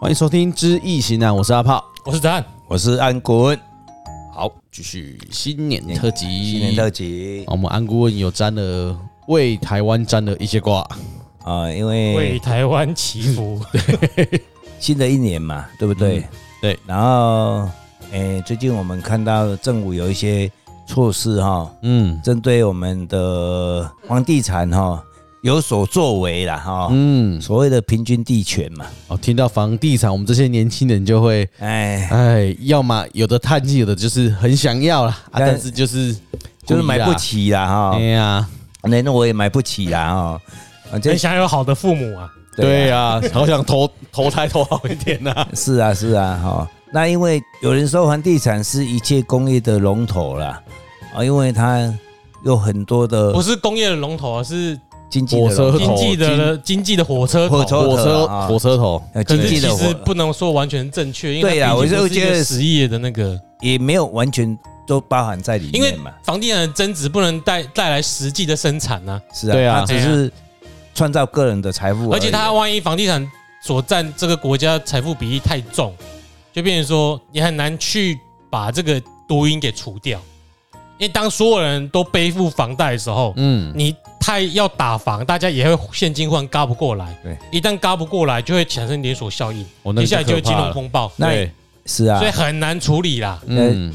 欢迎收听《知易行难》，我是阿炮，我是子涵，我是安滚，好，继续新年特辑，新年特辑啊我们安顾问有沾了为台湾沾了一些瓜，啊、因为为台湾祈福。新的一年嘛，对不对？嗯对。然后，诶、最近我们看到政府有一些措施哈、嗯针对我们的房地产哈、有所作为啦哈、嗯，所谓的平均地权嘛，哦，听到房地产，我们这些年轻人就会，哎，哎，要么有的叹气，有的就是很想要啦，啊，但但是就是就是买不故意啦，起啦哈哎，呀，那、那我也买不起啦哈。啊，很想有好的父母啊，哎对呀，好想投 投胎投好一点呐，是啊，是啊，哈、那因为有人说房地产是一切工业的龙头啦，啊，因为它有很多的不是工业的龙头啊，是经济的火车龙头经济的经济的火车头火。车火头车啊火车头，呃，可经是济其的实火不能说完全正确，因为对啊它毕竟我不就是一觉个得实业的那个，也没有完全都包含在里因为面嘛，房地产的增值不能带带来实际的生产啊，是啊，对啊它只是创造个人的财富已，而且它万一房地产所占这个国家财富比例太重，就变成说你很难去把这个毒因给除掉，因为当所有人都背负房贷的时候，嗯，你太要打房，大家也会现金换嘎不过来。对，哦一旦嘎不过来，就会产生连锁效应，我接下来就会金融风暴，那对，是啊所以，很难处理啦。嗯，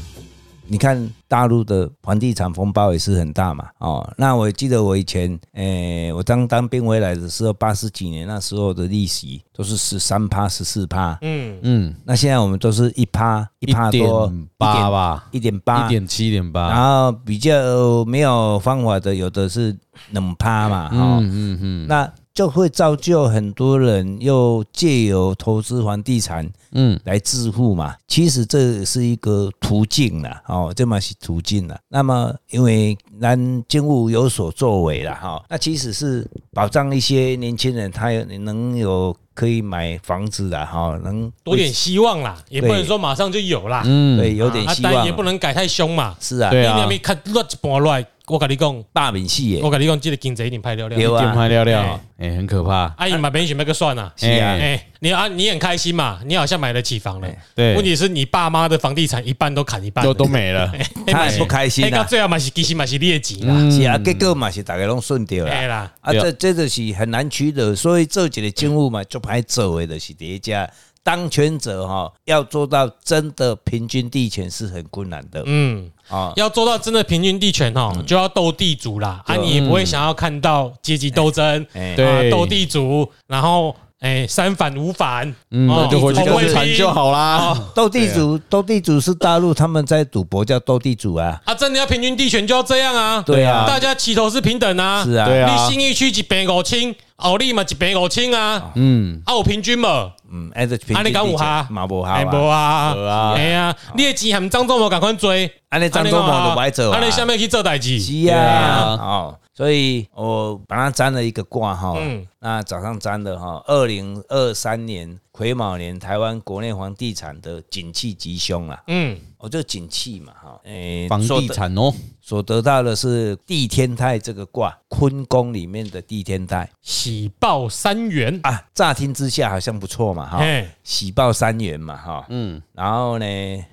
你看大陆的房地产风暴也是很大嘛，哦，那我记得我以前，诶、我当当兵回来的时候，八十几年那时候的利息都是十三趴、十四趴，嗯，嗯，那现在我们都是一趴一趴多点八，啊吧，一点一八，点七点然八，后比较没有方法的，有的是冷趴嘛，哈、嗯嗯嗯，那就会造就很多人又借由投资房地产嗯来致富嘛。其实这是一个途径啦，哦，这嘛是途径啦。那么因为咱政府有所作为啦，哈、那其实是保障一些年轻人，他有能有可以买房子啦，哈、能多点希望啦，也不能说马上就有啦。嗯，对有点啊希但望也啦不。能改太凶嘛。是啊，对啊你那边看乱一半乱，我跟你讲，大闽戏耶我，跟你讲，这个经济一定拍了啊对了。电啊，拍料料，哎，很可怕，阿姨买保险买个算啦。是啊，哎，你啊，你很开心嘛？你好像买得起房哎了。对，问题是你爸妈的房地产一半都砍一半了，就哎都没了，他也不开心哎到啊，最后嘛是其实嘛是劣迹啦，嗯是啊，结果嘛是大家拢顺掉哎啦。啦，啊，对啊这这就是很难取得，所以做一个政府嘛，就歹做的就是第一家当权者哈、要做到真的平均地权是很困难的嗯。啊。嗯要做到真的平均地权哦，就要斗地主啦。啊，对你也不会想要看到阶级斗争，哎，对啊斗地主，然后哎三反五反，哦嗯，那就回去共产就好啦，斗地主，斗地主是大陆他们在赌博叫斗地主啊，啊，真的要平均地权就要这样啊，对啊大家齐头是平等啊，是啊，对啊你新义区一边五千，奥利嘛一边五千啊，嗯，啊有平均嘛，嗯，哎，这平啊均你地敢有权哈嘛无啊哎无哈，有啊啊，哎呀，你的钱含张忠谋赶快追，安尼张忠谋就不爱做啊啊，你下面去做代志，是对啊啊，哦，所以我把它粘了一个卦哈，嗯那早上粘的哈，二零二三年癸卯年台湾国内房地产的景气吉凶啦，嗯，我就景气嘛哈，诶、房所地得产哦，所得到的是地天泰这个卦，坤宫里面的地天泰喜报三元，啊，乍听之下好像不错嘛哈，哎，喜报三元嘛哈，嗯，然后呢，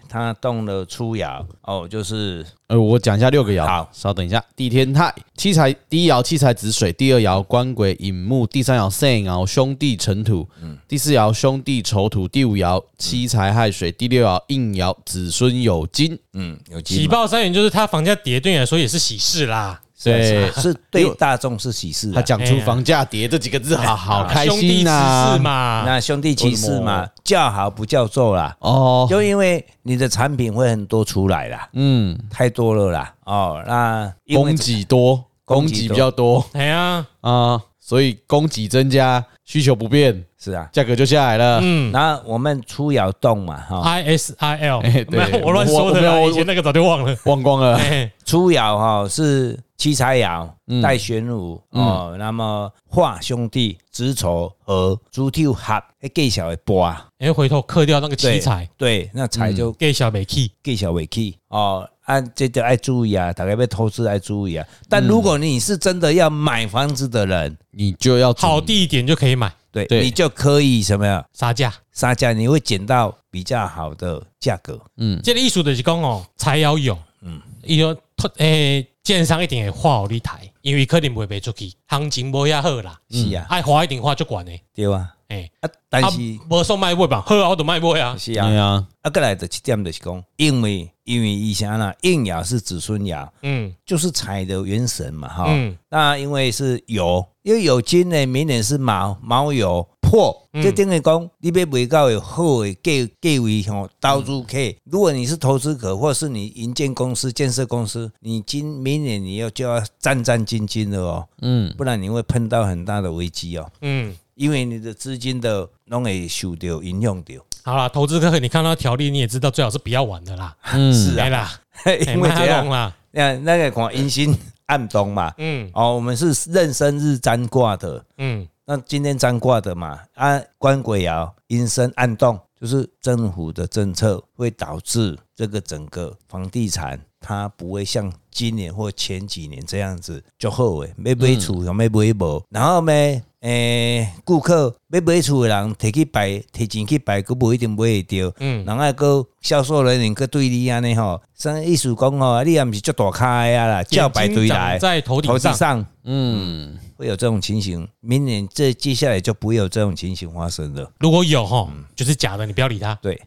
他动了初爻哦，就是呃，我讲一下六个爻，好稍等一下，地天泰七财，第一爻七财子水，第二爻官鬼引木，第三爻肾爻兄弟辰土，第四爻兄弟丑土，第五爻七财亥水，第六爻应爻子孙有金，嗯，有机喜报三元就是它房价跌，对你来说也是喜事啦。对，是对大众是喜事啊、他讲哎出呀房价跌这几个字，好好开兄弟心啊之呐事！嘛，啊那兄弟骑士嘛，叫好不叫座啦，哦，就因为你的产品会很多出来啦，嗯，太多了啦。哦，那因为供给多，供供给给多比较多哎呀，啊、所以供给增加，需求不变，是啊，价格就下来了。嗯那我们出窑洞嘛，啊哈， ，I S I L，哎对没有我乱说的我啦，我我以前那个早就忘了。忘光了， 哎，出窑哈是七彩窑嗯带玄武哦，那么化兄弟子丑和朱跳合，那计小的波啊，哎，回头刻掉那个对七彩，对，那彩就嗯给小美 key，计小尾气哦。啊，这就爱注意啊，大概被投资爱注嗯意啊。但如果你是真的要买房子的人，你就要好地点就可以买。对，对你就可以什么呀？杀价。杀价你会捡到比较好的价格，嗯，这个意思就是讲哦，柴要用，嗯，伊就托诶，建商一定会画互你台，因为可能袂卖出去，行情无遐好啦，是啊，爱画一定画足悬诶，对啊。诶，啊，但啊是无送卖买吧，好啊，我都卖买啊，是对啊，啊，啊，过来的一点就是讲，因为因为以前啦，硬牙是子孙牙，嗯就是财的元神嘛，哈。嗯那因为是酉，因为酉金呢，明年是卯卯酉破，嗯这等于讲你要卖到有好的价价位吼，投资客。如果你是投资客，或是你营建公司、建设公司，你今明年你要就要战战兢兢的哦，嗯，不然你会碰到很大的危机哦，嗯，因为你的资金的拢会受到影响到。好啦，投资客你看到条例你也知道，最好是不要玩的啦，嗯哎是没啊，啦， 哎因为这这啊样，啦，那那个看阴星暗中嘛，嗯哦，我们是壬生日占卦的。嗯那今天占卦的嘛，啊，官鬼爻阴生暗动，就是政府的政策会导致这个整个房地产它不会像今年或前几年这样子就好诶，要买厝有要买无，然后呢，诶、顾客要买厝的人摕去摆，摕钱去摆，佫无一定买会着。嗯，然后个销售人员佫对你安尼吼，像意思讲吼，啊你也毋是足大咖的啊啦，叫摆对来眼睛长，在头顶头顶上，上。嗯，会有这种情形，明年这接下来就不会有这种情形发生了。如果有吼，就是假的，你不要理他。对，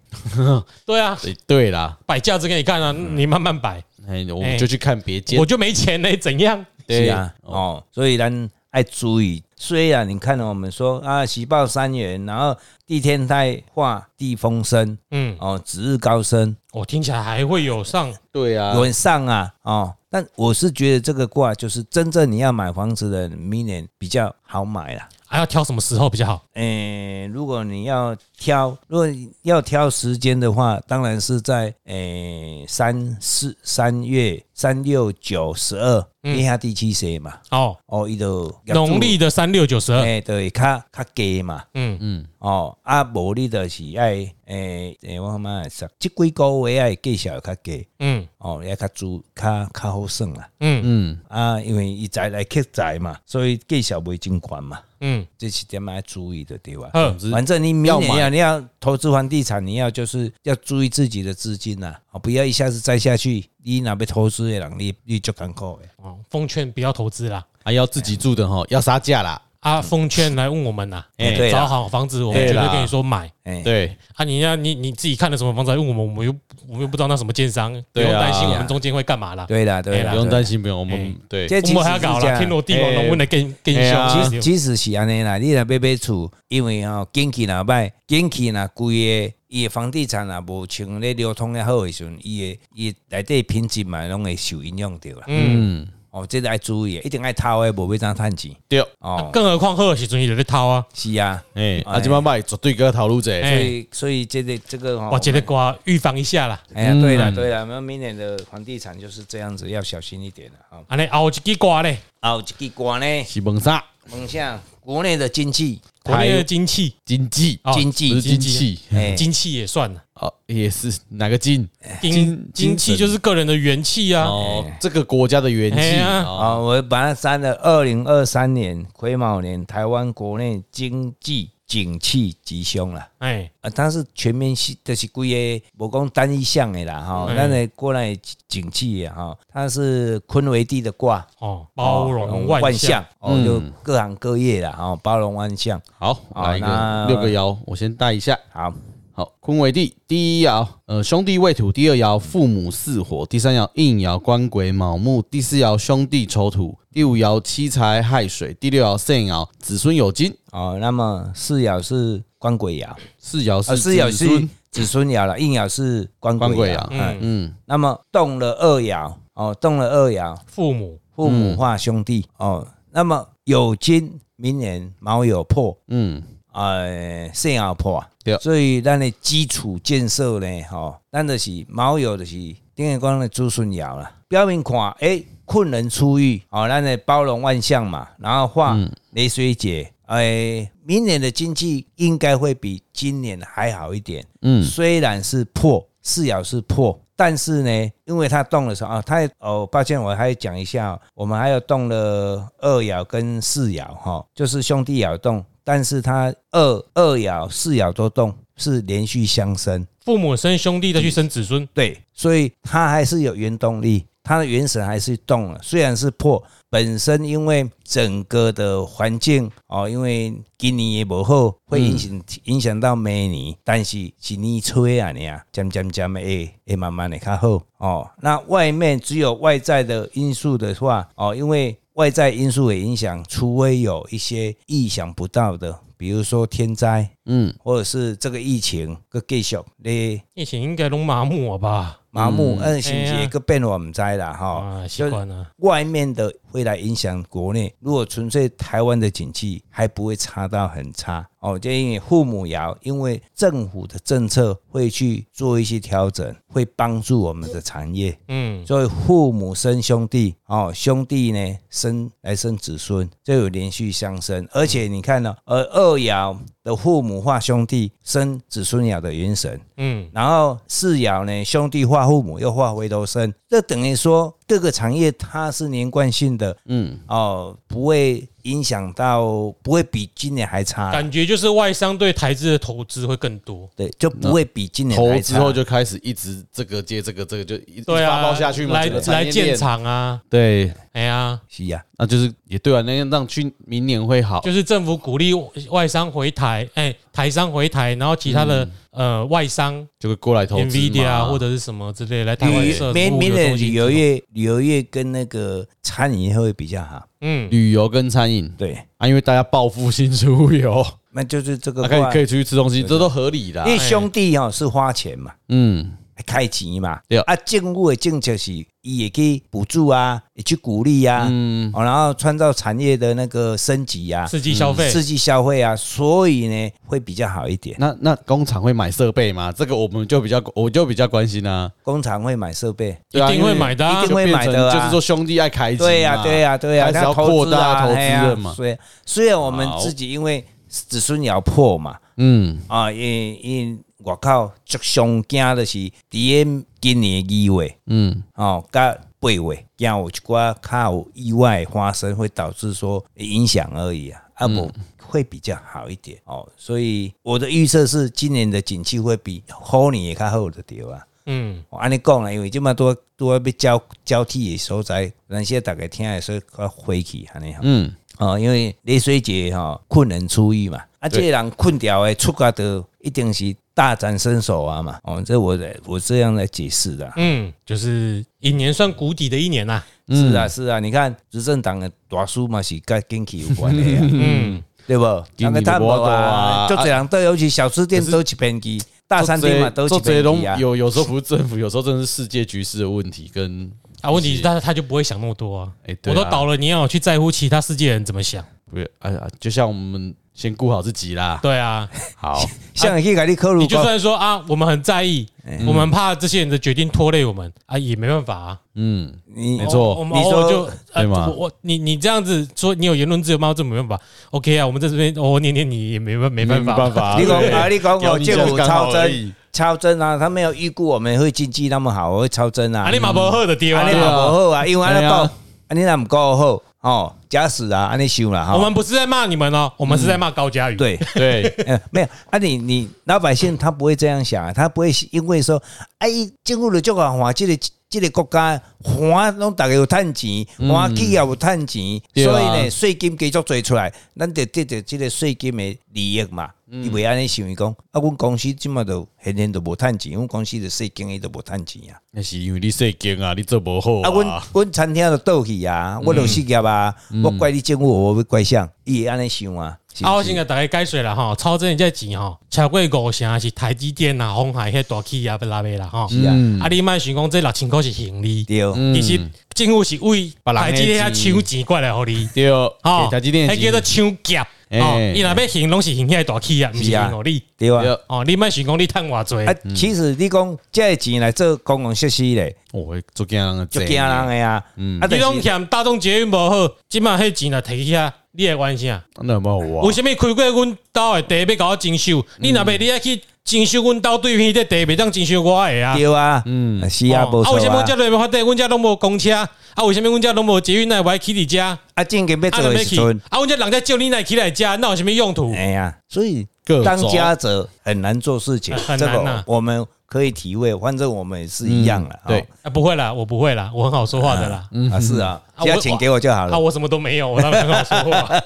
对啊，对对啦，摆架子给你看啊，你慢慢摆，哎，我们就去看别间我，就没钱嘞，怎样？对是啊，哦，所以咱爱注意。虽然你看到我们说啊，喜报三元，然后地天泰化地风生，嗯，哦，指日高升，我哦听起来还会有上，对啊，有人上啊，哦，但我是觉得这个卦就是真正你要买房子的，明年比较好买啦。还要挑什么时候比较好？诶、如果你要挑，如果要挑时间的话，当然是在诶三四三月三六九十二，你下第七节嘛，哦，哦，伊就嗯农历的三六九十二，诶，就会较较低嘛，嗯，哦，啊，无你就是爱诶诶，我嘛十即几个月爱计较较低，嗯哦，也较主较较好算啦，嗯嗯，啊，因为伊财来克财嘛，所以计较袂真悬嘛，嗯，这是点要注意的对吧？嗯呵，反正你明年要要你要投资房地产，你要就是要注意自己的资金呐、啊，不要一下子栽下去。你若要投资的人，你你就艰苦的。哦，奉劝不要投资啦，还要自己住的哈，要杀价啦，啊，奉劝来问我们啦，哎对找啦，好房子，我们对绝啦对跟你说买哎，对，啊，你要你你自己看了什么房子来问我们，我们又我们又不知道那什么建商，不对啊用担心我们中间会干嘛啦，对啦，对啦，哎不用担心。心，不用，我们对，哎这我其们实还要是搞这啦，样天罗地网哎龙问的更更哎呀凶，其其实是安尼啦，你若要买厝，因为吼景气若歹，景气若贵个，伊的房地产若无像咧流通咧好的时阵，伊的伊的内底品质嘛拢会受影响着啦。嗯，嗯，哦，这个爱注意的，一定爱偷的，无要怎趁钱。对，啊哦，更何况好的时阵也在掏啊，是啊，哎，阿金妈卖绝对个头路者，哎所以所以这个这个吼哇，这个瓜预防一下啦。哎呀，对了嗯对了，那明年的房地产就是这样子，要小心一点了啊。安尼后一支歌咧，还有一句歌呢，西蒙沙问下国内的经济，国内的精气，经济，哦经不是济，金气，哎，精气也算了，哦，也是哪个金？哎精精气就是个人的元气啊。哦，这个国家的元哎气呀哦啊，我把它删了。二零二三年癸卯年，台湾国内经济景气吉凶了。哎，啊，它是全面性，就是规个无讲单一项的啦，哈，嗯咱的国内景气的哈，它是坤为地的卦，哦，包容万象，，哦，就嗯各行各业啦，哈，包容万象，好，好来一个那六个爻，我先带一下。好，好，坤为地，第一爻，呃，兄弟未土；第二爻，父母巳火；第三爻，应爻，官鬼卯木；第四爻，兄弟丑土；第五爻，七财亥水；第六爻，肾爻，子孙有金。哦，那么四爻是官鬼爻，四爻啊，是四爻子是孙，子孙爻了，应爻是官官鬼鬼爻爻。嗯，嗯，那么动了二爻，哦，动了二爻，父母，父母嗯化兄弟，哦，那么酉金明年卯酉破，嗯，呃，肾爻破啊对，所以咱的基础建设呢，吼，咱就是卯酉就是等于讲的子孙爻啦，表面看，诶，困人出狱，哦，咱的包容万象嘛，然后化雷水解。哎，明年的经济应该会比今年还好一点。嗯虽然是破，四爻是破，但是呢，因为它动的时候啊，它哦，抱歉，我还讲一下哦、我们还有动了二爻跟四爻哈、就是兄弟爻动。但是它二二爻四爻都动，是连续相生。父母生兄弟再去生子孙，对，所以它还是有原动力，它的元神还是动了。虽然是破，本身因为整个的环境哦，因为今年也不好，会影响、影响到明年，但是是你吹啊你啊，渐渐渐的会会慢慢的较好哦。那外面只有外在的因素的话哦，因为外在因素的影响，除非有一些意想不到的，比如说天灾，嗯，或者是这个疫情，个继续咧疫情应该拢麻木了吧？麻木，嗯，哎心呀结个变我们知啦哈啊，，习惯了。外面的会来影响国内。如果纯粹台湾的景气还不会差到很差哦，就因为父母爻，因为政府的政策会去做一些调整，会帮助我们的产业。嗯，所以父母生兄弟哦，兄弟呢生来生子孙，就有连续相生。嗯而且你看呢、而二爻的父母化兄弟，生子孙爻的元神，嗯，然后四爻呢，兄弟化父母，又化回头生，这等于说各个产业它是连贯性的，嗯，哦，不会影响到，不会比今年还哎差啦，感觉就是外商对台资的投资会更多。对，就不会比今年投还之差后。就开始一直这个接这个这个就一一对直发啊，包下去嘛，来整个产来业链建，厂啊，对，哎呀，是呀、那就是也对啊，那样让去明年会好，就是政府鼓励外商回台，哎，台商回台，然后其他的呃外商就会过嗯来投资嘛 NVIDIA 啊或者是什么之类来台湾旅设明服务明的年中旅心游业，旅游业跟那个餐饮业会比较好，嗯，旅游跟餐饮对，啊，因为大家报复性出游，那就是这个啊可以话可以出哎去吃东西，这都合理的啊因。为兄弟哦是花钱嘛，嗯，开钱嘛，对啊，政府的政策是伊也去补助啊，也去鼓励啊，嗯，哦，然后创造产业的那个升级啊，刺激消费，刺激消费啊，所以呢会比较好一点。那那工厂会买设备吗？这个我们就比较我就比较关心啊，工厂会买设备，对啊一定会买的啊因为一定会买的就啊变成就是说兄弟爱开机嘛，对呀、对呀、对呀、啊开始要那投扩资啊大投资哎呀了嘛，虽虽然我们好自己因为子孙也要破嘛，嗯，啊，因因我靠，最上惊的是伫诶今年二月，嗯，哦，甲八月，惊有一寡较有意外的发生，会导致说影响而已啊，啊不。会比较好一点哦，所以我的预测是今年的景气会比后年也较好的对啊。嗯，我安尼讲啦，因为即马多多要交交替的所在，咱现在大家听的说较回去安尼吼。嗯，哦，因为丽水姐吼、困人出狱嘛，啊，这对个人困掉的出家的一定是大展身手啊嘛。哦，这我的我这样来解释的啊。嗯，就是一年算谷底的一年呐、是啊，是啊，你看执政党的大叔嘛是跟经济有关的啊，嗯，对不？经那济个淡没薄办法啊啊，就这样都尤其小吃店都一片机，大餐厅嘛都做一这些片东机啊。有有时候不是政府，有时候真的是世界局势的问题跟啊，问题是他他就不会想那么多啊。哎对我啊都倒了，你要我去在乎其他世界人怎么想？不是哎呀，就像我们先顾好自己 啦。对啊，好，像去给你科鲁你就算说啊，我们很在意，哎我们怕这些人的决定拖累我们啊，也没办法啊。 哦嗯，你没错我我们你偶说尔就啊对吗我我你你这样子说，你有言论自由吗？这没办法。OK 啊，我们在这边我念念你也没办没办法，没办法啊你讲对啊，你讲有我你政这府样刚超好而已增超增啊，他没有预估我们会经济那么好，我会超增啊。啊，你马伯赫的爹啊，你对嘛啊啊。不好啊，因为安尼对啊讲，安尼若唔够好哦，假使啊，安尼想啦哈。我们不是在骂你们哦，我们是在骂高嘉宇。，对，对，呃，没有啊你，你老百姓他不会这样想啊，他不会因为说，哎、啊，政府的这个话，这个这个国家，花拢大家有趁钱，花企业有趁钱，对啊所以呢，税金继续做出来，咱就得到这个税金的利益嘛。伊袂安尼想伊讲，啊，阮公司即马都现年都无趁钱，阮公司的税金伊都无趁钱啊。那是因为你细间啊，你做不好啊，阮啊。阮餐厅都倒去啊，我就失业啊，我怪你政府，我要怪谁？伊会安尼想啊，嗯是啊，不我是先给大家解释啦吼，超真这钱吼，超过五成是台积电啊、鸿海迄大企业要拉买啦吼。嗯是啊，啊，你卖想讲这六千块是盈利，对，啊其实嗯政府是为别人的台积电遐抢钱过来互你。对，哦吼给台积电的迄哦叫做抢劫。哎哦，伊若要行拢是行遐大企业，毋是是啊行互你。对对啊。哦，你莫想讲你趁偌济，啊，其实你讲这个钱来做公共设施咧，我哦会做惊人的就贼惊人诶啊！啊，你但拢是嫌大众捷运无好，即满迄钱若摕去遐，你会冤啥？那有没有我嗯为？什物开过阮兜的地要甲我征收？你若袂，你爱去征收阮兜对面迄块地，袂当征收我的啊。对啊，嗯，是啊，无哦啊，为什错么啊遮。都没发展？阮遮拢无公车，啊，为什么阮遮拢无捷运来来起伫遮？啊，啊，正经要做就的要时去，阵，啊，阮遮人在叫你来起来遮，那有什么用途？哎呀，所以各当种家者很难做事情，很这难个啊我们可以体会，反正我们也是一样了。嗯对啊，不会啦，我不会啦，我很好说话的啦。哦，啊是啊，啊只要我钱给我就 好啊，了。我什么都没有，我当然很好说话。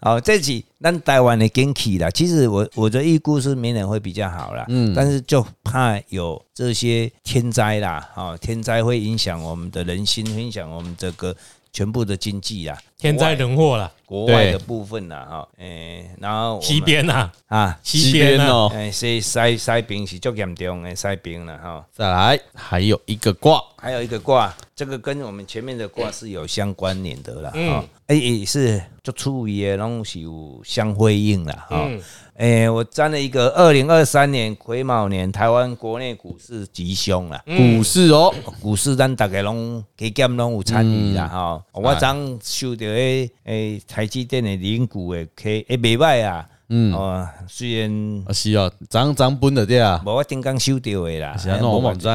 好，这集咱台湾的经济啦，其实我我的预估是明年会比较好啦，嗯，但是就怕有这些天灾啦，哦，天灾会影响我们的人心，影响我们这个全部的经济啦，天灾人祸啦，国外对的部分啦，哈，诶，然后我西们边啦，啊，西边啊，哦，哎，西西西兵是足严重的西哦兵了哈。再来还有一个卦，还有一个卦，这个跟我们前面的卦是有相关联的啦。嗯嗯，哎、也是就处理的拢是有相辉应啦。哈、嗯哎、我占了一个二零二三年癸卯年台湾国内股市吉凶啦。股市哦，股市咱大家拢加减拢有参与嗯啦吼、我昨收到诶诶台积电的零股的 K 诶袂歹啊，嗯哦，虽然啊是哦，涨涨本的对啊，无我顶刚收到的啦，是啊，那我冇知，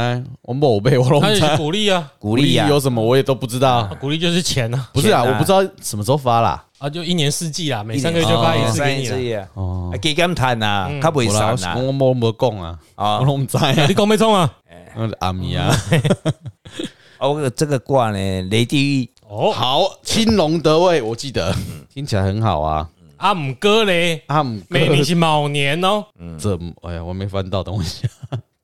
我冇背，我他拢就知是。鼓励 啊，鼓励啊有什么我也都不知道啊，鼓励就是钱啊，不是啊，天啊我不知道什么时候发啦。啊，就一年四季啦，每三个月就发一次给你哦嗯啦。啊，啊，加减趁啊，较袂我啦，我散是啊讲，我冇冇讲啊，哦我拢唔知啊 啊你。讲没冲啊？我是阿米啊，哦，这个卦呢，雷地狱哦，好，青龙得位，我记得，听起来很好啊。阿姆哥嘞，阿姆哥 每年是卯年哦，这，哎呀，我没翻到，等我一下。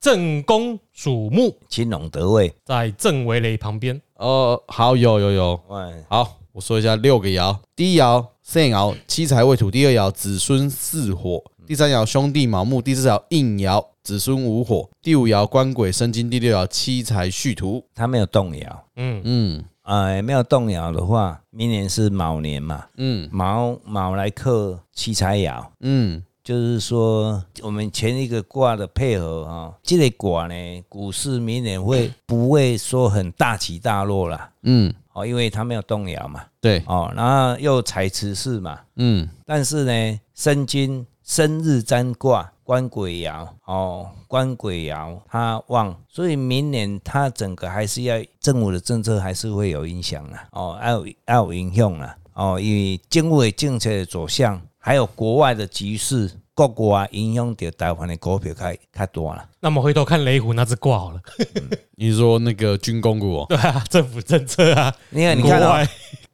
正宫属木，青龙得位，在正围雷旁边。哦，好，有有有，哇，好，我说一下六个爻：第一爻肾爻，七财未土；第二爻子孙巳火；第三爻兄弟卯木；第四爻应爻，子孙午火；第五爻官鬼生金；第六爻七财戌土。他没有动摇，嗯，嗯哎，没有动摇的话，明年是卯年嘛，嗯卯卯来克七财爻，嗯，就是说我们前一个卦的配合啊、哦，这个卦呢，股市明年会不会说很大起大落啦？嗯，哦，因为它没有动摇嘛，对，哦，然后又财持世嘛，嗯但是呢，申金生日占卦官鬼爻哦，官鬼爻它旺，所以明年它整个还是要政府的政策还是会有影响啊，哦，要有要有影响啊，哦，因为政府的政策的走向，还有国外的局势，各国啊影响到台湾的股票开太多了。那么回头看雷虎那只挂好了， 你说那个军工股、哦，对啊，政府政策啊，你看，你国看、哦，外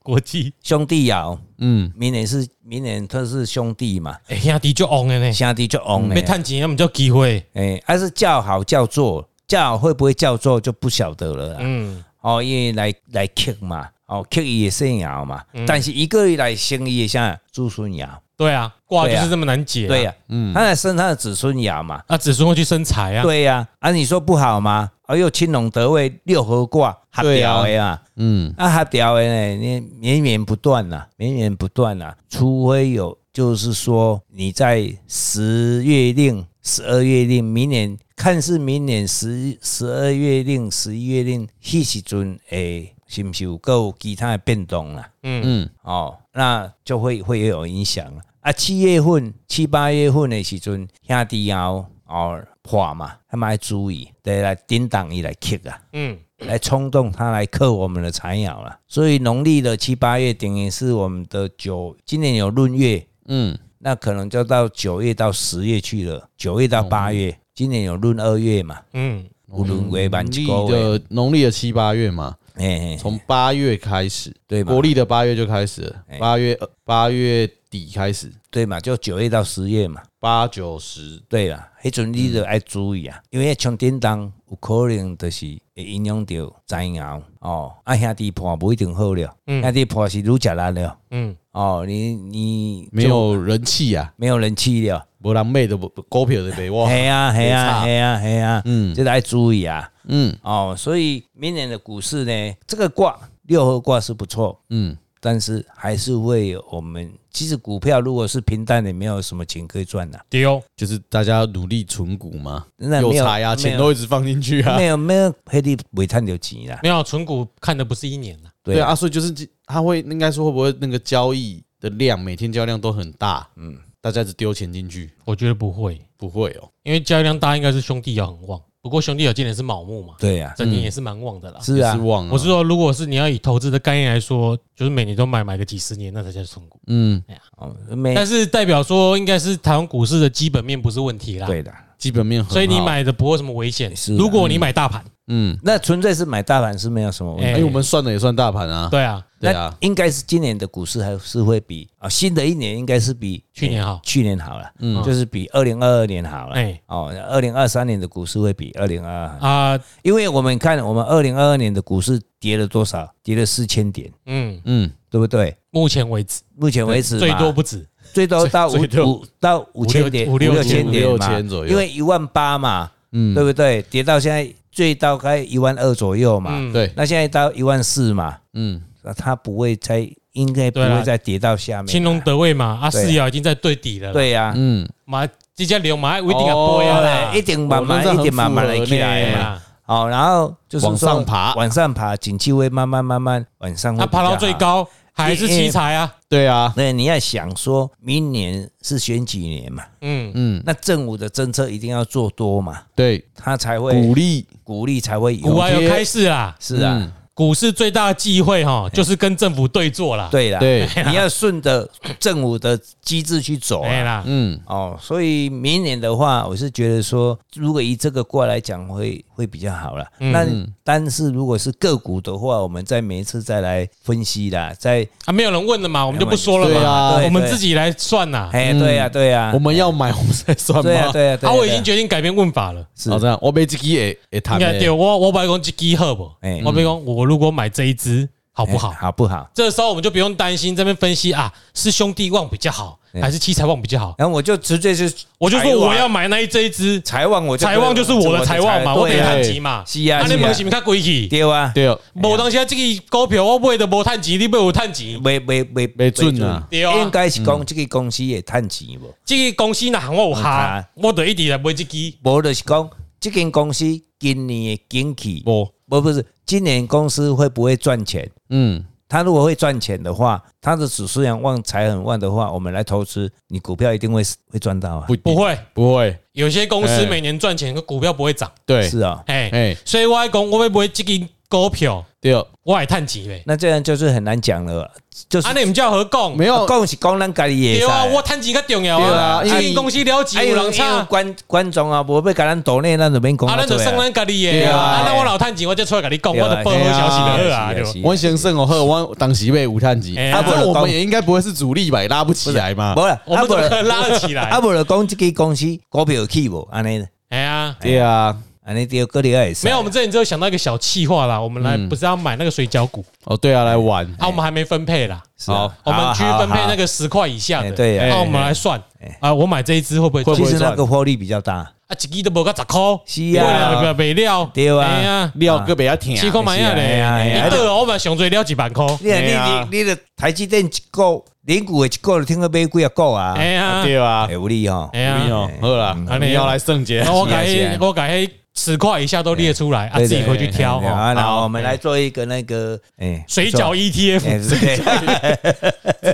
国际，兄弟爻，嗯，明年是明年它是兄弟嘛，哎，兄弟就 on 的呢，兄弟就旺了没。探钱，那么叫机会。哎，还是叫好叫座，叫好会不会叫座就不晓得了啦。嗯，哦，因为来来克嘛，哦克伊的生爻嘛，但是一个月来生伊的像子孙爻，对啊，挂就对啊是这么难解。对呀、嗯，他来生他的子孙爻嘛，啊，子孙会去生财啊。对呀、啊，你说不好吗？而又青龙得位六合卦合对啊调的啊，嗯啊合调的呢，你绵绵不断呐、绵绵不断呐、除非有就是说你在十月令、十二月令，明年看似明年十十二月令、十一月令，迄时阵诶，是不是有够其他的变动啊啦、嗯，哦，那就会会有影响了啊。七月份、七八月份的时阵，兄弟要哦破嘛，他们要注意，得来叮当伊来克啊，嗯，来冲动他来克我们的菜鸟了。所以农历的七八月等于是我们的九，今年有闰月，嗯，那可能就到九月到十月去了，九月到八月，哦今年有闰二月嘛，嗯，有闰月满农一历个月，的农历的七八月嘛，哎、从八月开始，对嘛国历的八月就开始了，哎八月八月底开始，对嘛，就九月到十月嘛。八九十，对啦，迄阵你就爱注意啊，因为像叮当有可能就是会影响到灾爻哦。啊，兄弟破不一定好了，兄弟破是愈食力了嗯，哦。你你没有人气啊，没有人气了，没人妹都不股票都没哇，系啊系啊系啊系啊，嗯，这个爱注意啊嗯哦。所以明年的股市呢，这个卦六合卦是不错，嗯，但是还是会有我们其实股票如果是平淡的，没有什么钱可以赚的、丢，就是大家努力存股嘛，那有没有财啊，没有钱都一直放进去啊没，有没有，黑地没赚到钱啦。没有存股看的不是一年啊呐，对啊啊，所以就是他会应该说会不会那个交易的量，每天交易量都很大，嗯，大家只丢钱进去，我觉得不会，不会哦。因为交易量大，应该是兄弟要很旺。不过兄弟要今年是卯木嘛，对呀、整年也是蛮旺的啦。嗯是也啊是，旺啊。我是说，如果是你要以投资的概念来说，就是每年都买买个几十年，那才叫存股。嗯，哦，没但是代表说，应该是台湾股市的基本面不是问题啦。对的。基本面很好，所以你买的不会有什么危险是。啊如果你买大盘，嗯，那纯粹是买大盘是没有什么问题。哎哎，我们算的也算大盘啊，对啊，对那啊，应该是今年的股市还是会比啊，新的一年应该是比去年好去年好了，嗯嗯，就是比二零二二年好了。哎哦，二零二三年的股市会比二零二二，啊，因为我们看我们二零二二年的股市跌了多少？跌了四千点，嗯，嗯，对不对？目前为止目前为止嘛最多不止，最多到最多五五到五千点五六千五点六嘛千左右因为一万八嘛，嗯对不对？跌到现在最高该一万二左右嘛，嗯，对，那现在到一万四嘛，嗯，那它不会再应该不对啦会再跌到下面啊。青龙得位嘛，啊，对啊四爻已经在对底了啦，对呀、嗯，嘛，这家流嘛，一定要啊播呀啦一，定慢哦慢那一这点很慢慢符的合起呢来对嘛。啊，好，然后就是往说上爬往上爬，景气会慢慢慢慢往上。他爬到最，高还是奇才啊，对啊，对，你要想说明年是选举年嘛，嗯，嗯，那政府的政策一定要做多嘛，对，它才会鼓励，鼓励才会股有。啊有开市啦，是啊，嗯股市最大的忌讳哈，就是跟政府对坐啦，对啦，对，你要顺着政府的机制去走啊、哎啦，嗯，哦，所以明年的话，我是觉得说，如果以这个过来讲会，会比较好了。嗯那、但是如果是个股的话，我们再每一次再来分析啦，再啊，没有人问了嘛，我们就不说了对嘛，啊对，我们自己来算呐，哎，嗯对呀、对呀、我们要买，我们再算对呀、吗？对呀、对啊，呀，我已经决定改变问法了。是哦，这样我被自己也也应谈该对了，我，我白讲这支好不？哎我白讲，我如果买这一支好不好？好不好？这时候我们就不用担心这边分析啊，是兄弟旺比较好，哎还是七财旺比较好？然后我就直接就我就说财旺我要买那一这一支财旺，我就财旺就是我的财旺嘛，我对得呀、探啊级嘛。是啊那你是啊们是不是较规矩？对啊，对，无当时啊，这个股票我买的无探级，你买有探级？没没没没准啊对啊嗯应该是讲这个公司也趁钱无。这个公司哪行我有有下下，我得一直来买这支。无就是讲，这间公司今年的景气，我，不不是今年公司会不会赚钱？嗯，它如果会赚钱的话，它的指数量旺财很旺的话，我们来投资，你股票一定会会赚到啊不。一定不会，不会，有些公司哎每年赚钱，可股票不会涨。对，是啊、哎，哎，所以我还讲，我要买这支股票，对，哦我也探级嘞。那这样就是很难讲了，就是哦啊，你唔叫何讲？没有，讲是讲咱家己也对啊，我趁钱较重要啊，对啊因为经营公司了还钱有有人人差，唱啊，观观众啊，无要甲咱岛内咱就免讲咱就这算样咱家己对的啊啊，啊，咱我老趁钱，我才出来跟你讲，我对啊就报好消息就好啊，对啊对是啊我先生哦，喝我当时被无探级，哎啊，啊不然我们也应该不会是主力吧，也拉不起来嘛无，啦，我啊们无怎么可啦，能拉得起来 啊？无啦，讲这个公司股票有起无，安尼哎呀，对啊，安尼对个你也是。没有，我们之前只有想到一个小气话啦，我们来不是要买那个水饺股哦，对啊，来玩，啊，我们还没分配啦，是啊好哦我们去分配那。好好好个十块以下的，哎对啊那我们来算啊，我买这一只会不会会赚不其会实赚那个获利比较大，啊？一支都无个十块，是啊，啊，没料，对啊哎呀，料个比较甜，七块买下是啊哎嘞，呀一个我们上最了几万块，你哎呀啊看你你你的台积电一个，零股的一个，听个买几啊股啊，哎呀，对啊哎，有利哦哎，哎呀，呦，好啦，安尼你要来圣洁然，后我是啊改是啊我改十块以下都列出来啊，对自己回去挑对哈。啊，然好后我们来做一个那个哎水饺，E 不错哎 ETF，是对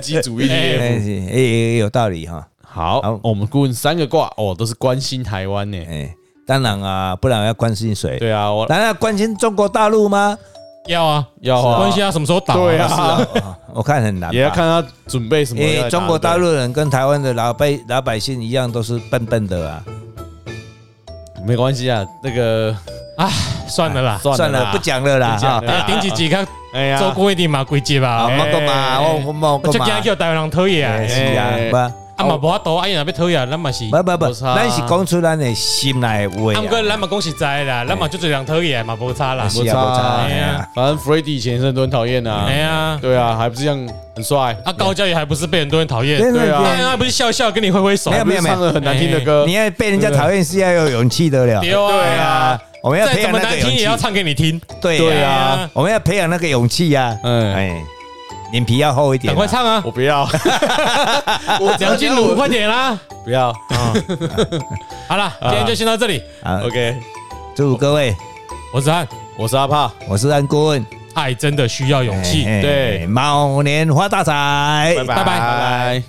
自己主义。 哎是哎哎有道理哈，好，好哦我们顾问三个卦哦，都是关心台湾呢。哎，当然啊，不然要关心谁？对啊，我难道关心中国大陆 吗？要啊，要啊关系他什么时候倒？对啊是啊，我看很难吧，也要看他准备什么因要来打。为哎中国大陆人跟台湾的老百老百姓一样，都是笨笨的啊。对没关系啊，那个啊算了啦，算了了，啦不，讲哎了啦。不讲哈了哎，顶几集看哎呀，做过一点嘛，规矩吧啊，。哎我干嘛？我我我我干就嘛惊？叫台湾人讨厌哎啊，是哎啊，啊嘛无法度，哎呀，要讨厌，咱嘛是，不不不没不，差啊咱是讲出咱的心内话啊不过啊。咱嘛讲实在的啦，咱嘛就最人讨厌嘛，无差啦。是哎没差啊，啊没差啊。哎哎呀呀反正 f r e d d y 以前生都很讨厌啊哎。 呀，对啊，还不是一样很帅，啊高教育还不是被很多人讨厌，对对对啊哎呀，对，不是笑笑跟你挥挥手没，有没有唱了很难听的歌你。要被人家讨厌是要有勇气的了。丢对啊，，我们要再培怎养么那难个听也要勇气。唱给你听。对对呀，啊，我们要培养那个勇气呀。嗯哎，脸皮要厚一点赶快啊。唱啊！我不要，我梁静茹，快点啦！不要。好了，今天就先到这里。啊！ OK，祝福各位，我是汉，我是阿帕，我是安顾问。爱真的需要勇气。哎哎对猫年发大财，拜拜。